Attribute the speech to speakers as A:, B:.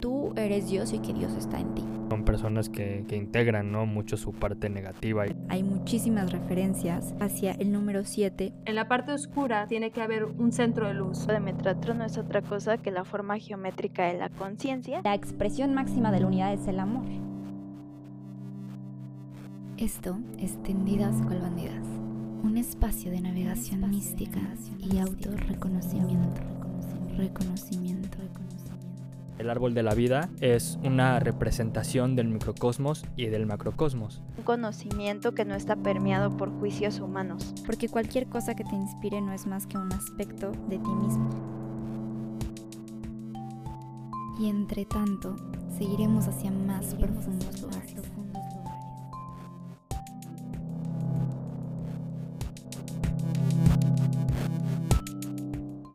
A: tú eres Dios y que Dios está en ti.
B: Son personas que, que integran ¿no? mucho su parte negativa.
A: Hay muchísimas referencias hacia el número 7.
C: En la parte oscura tiene que haber un centro de luz.
D: De Metatron no es otra cosa que la forma geométrica de la conciencia.
E: La expresión máxima de la unidad es el amor.
F: Esto es Tendidas con Bandidas, un espacio de navegación espacio mística de navegación y autorreconocimiento. Reconocimiento. Reconocimiento.
G: El árbol de la vida es una representación del microcosmos y del macrocosmos.
D: Un conocimiento que no está permeado por juicios humanos.
A: Porque cualquier cosa que te inspire no es más que un aspecto de ti mismo.
F: Y entre tanto, seguiremos hacia más profundos lugares.